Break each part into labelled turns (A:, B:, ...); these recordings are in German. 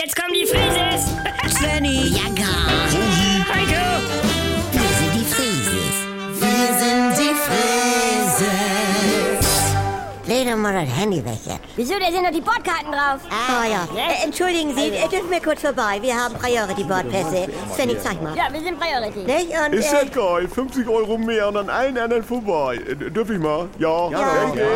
A: Jetzt kommen die Frises!
B: Svenny,
C: Ja, gar.
A: Heiko!
C: Wir sind die Frieses. Wir sind die Frieses. Leg doch mal das Handy weg jetzt.
D: Wieso? Da sind doch die Bordkarten drauf.
B: Ah ja. Äh, entschuldigen Sie, äh, dürfen wir kurz vorbei. Wir haben Priority-Bordpässe. Svenny, zeig mal.
D: Ja, wir sind Priority.
B: Nicht? Und,
E: Ist
B: äh,
E: das geil? 50 Euro mehr und an allen anderen vorbei. Äh, d- Dürf ich mal? Ja. Danke.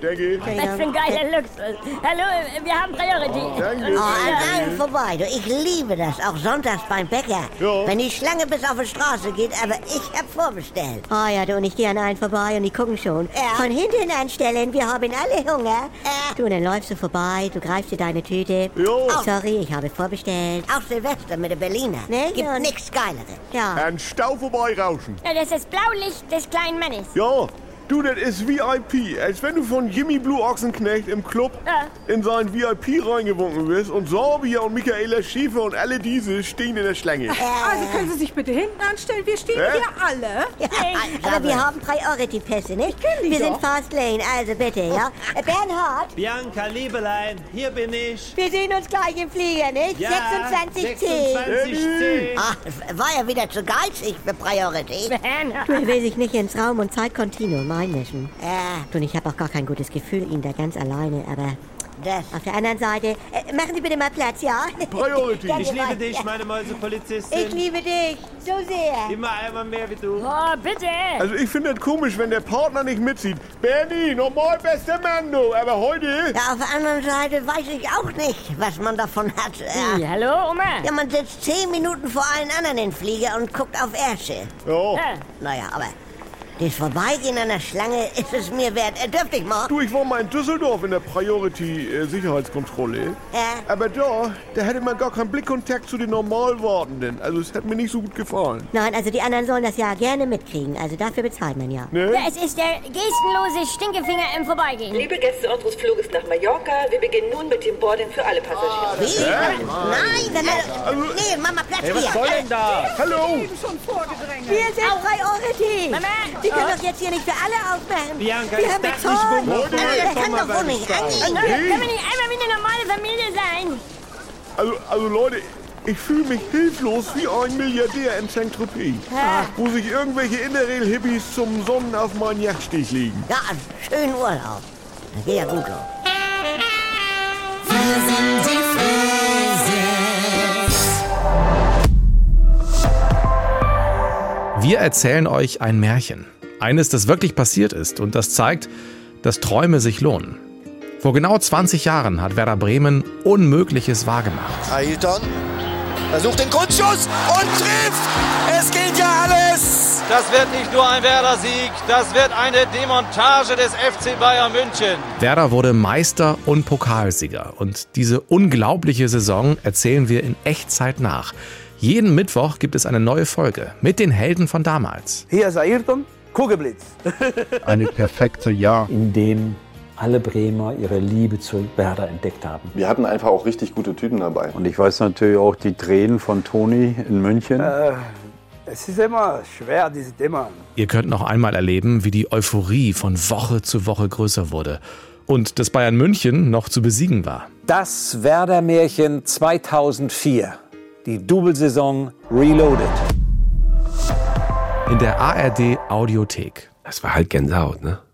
E: Danke.
D: Was für ein geiler Luxus. Hallo, äh, wir haben Priority.
E: Danke.
B: oh, an allen vorbei. Du, ich liebe das. Auch sonntags beim Bäcker.
E: Ja.
B: Wenn die Schlange bis auf die Straße geht, aber ich hab vorbestellt. Oh ja, du, und ich gehe an allen vorbei und die gucken schon. Von hinten anstellen, wir haben alle Hunger. Du, und dann läufst du vorbei, du greifst dir deine Tüte.
E: Ja.
B: Sorry, ich habe vorbestellt.
C: Auch Silvester mit den Berliner.
B: Ne?
C: Gibt
B: Und-
C: nix Geileres.
B: Ja.
E: An Stau vorbei rauschen.
D: Ja, das ist Blaulicht des kleinen Mannes.
E: Ja. Du, das ist VIP. Als wenn du von Jimmy Blue Ochsenknecht im Club
D: Ja.
E: in seinen VIP reingewunken bist und Sorbia und Michaela Schäfer und alle diese stehen in der Schlange.
F: Also können Sie sich bitte hinten anstellen, wir stehen
E: Hä?
F: hier alle.
B: Aber wir haben Priority-Pässe, nicht?
F: die
B: Wir sind
F: doch.
B: Fast Lane, also bitte, ja? Äh, Bernhard,
G: Bianca, Liebelein, hier bin ich.
B: wir sehen uns gleich im Flieger, nicht? 2610. Äh,
G: 2610.
C: Ah, war ja wieder zu geizig für Priority.
D: Bernhard.
B: Er will sich nicht ins Raum- und Zeitkontinuum einmischen.
C: Äh,
B: Und ich habe auch gar kein gutes Gefühl, ihn da ganz alleine, aber...
C: das.
B: Auf der anderen Seite, äh, machen Sie bitte mal Platz, ja?
E: Priority.
B: Ja,
G: Ich liebe
B: ja.
G: dich, meine
B: Ich
G: Mäusepolizistin.
B: liebe dich so sehr.
G: Immer einmal mehr wie du.
D: Oh, bitte.
E: Also ich finde das komisch, wenn der Partner nicht mitzieht. Bernie, normal bester Mann, du. Aber heute...
C: Ja, auf der anderen Seite weiß ich auch nicht, was man davon hat. Äh,
D: Hm, Hallo, Oma.
C: ja, man sitzt zehn Minuten vor allen anderen in den Flieger und guckt auf Ärsche.
E: Ja.
D: Ja.
C: Naja, aber das Vorbeigehen an der Schlange ist es mir wert. Äh, dürfte ich mal?
E: Du, ich war mal in Düsseldorf in der Priority-Sicherheitskontrolle.
C: Äh,
E: Aber da, da hätte man gar keinen Blickkontakt zu den Normalwartenden. Also es hat mir nicht so gut gefallen.
B: Nein, also die anderen sollen das ja gerne mitkriegen. Also dafür bezahlt man ja.
E: Ne?
D: Ja, es ist der gestenlose Stinkefinger im Vorbeigehen.
H: Liebe Gäste unseres Fluges nach Mallorca, wir beginnen nun mit dem Boarding für alle Passagiere.
C: wie? Nein, dann, äh, nee, mach mal Platz hier.
G: denn da?
E: Hallo!
F: Eben schon vorgedrängt.
B: Wir sind Priority.
D: Mama.
B: Die können doch jetzt hier nicht für alle aufmachen.
G: Oh. Bianca,
B: Wir
G: ist
B: haben
G: das
B: bezahlt.
G: nicht
E: Leute,
C: Also,
G: wundervoll?
C: das kann doch wohl nicht angehen.
D: Können wir nicht einmal wie eine normale Familie sein?
E: Also, also Leute, ich fühle mich hilflos wie ein Milliardär in Saint-Tropez. Wo sich irgendwelche Interrail-Hippies zum Sonnen auf meinen Yachtstich legen.
C: Ja, schönen Urlaub. Das geht ja gut los.
I: Wir erzählen euch ein Märchen. Eines, das wirklich passiert ist und das zeigt, dass Träume sich lohnen. Vor genau 20 Jahren hat Werder Bremen Unmögliches wahrgemacht.
J: Ailton versucht den Grundschuss und trifft. Es geht ja alles.
G: Das wird nicht nur ein Werder-Sieg, das wird eine Demontage des FC Bayern München.
I: Werder wurde Meister und Pokalsieger. Und diese unglaubliche Saison erzählen wir in Echtzeit nach. Jeden Mittwoch gibt es eine neue Folge mit den Helden von damals.
J: Hier ist Ailton. Kugelblitz.
K: eine perfekte Jahr.
G: In dem alle Bremer ihre Liebe zu Werder entdeckt haben.
J: Wir hatten einfach auch richtig gute Tüten dabei.
K: Und ich weiß natürlich auch die Tränen von Toni in München.
J: Es ist immer schwer, diese Thema.
I: Ihr könnt noch einmal erleben, wie die Euphorie von Woche zu Woche größer wurde und dass Bayern München noch zu besiegen war.
G: Das Werder-Märchen 2004. Die Doublesaison Reloaded.
I: In der ARD Audiothek.
K: Das war halt Gänsehaut, ne?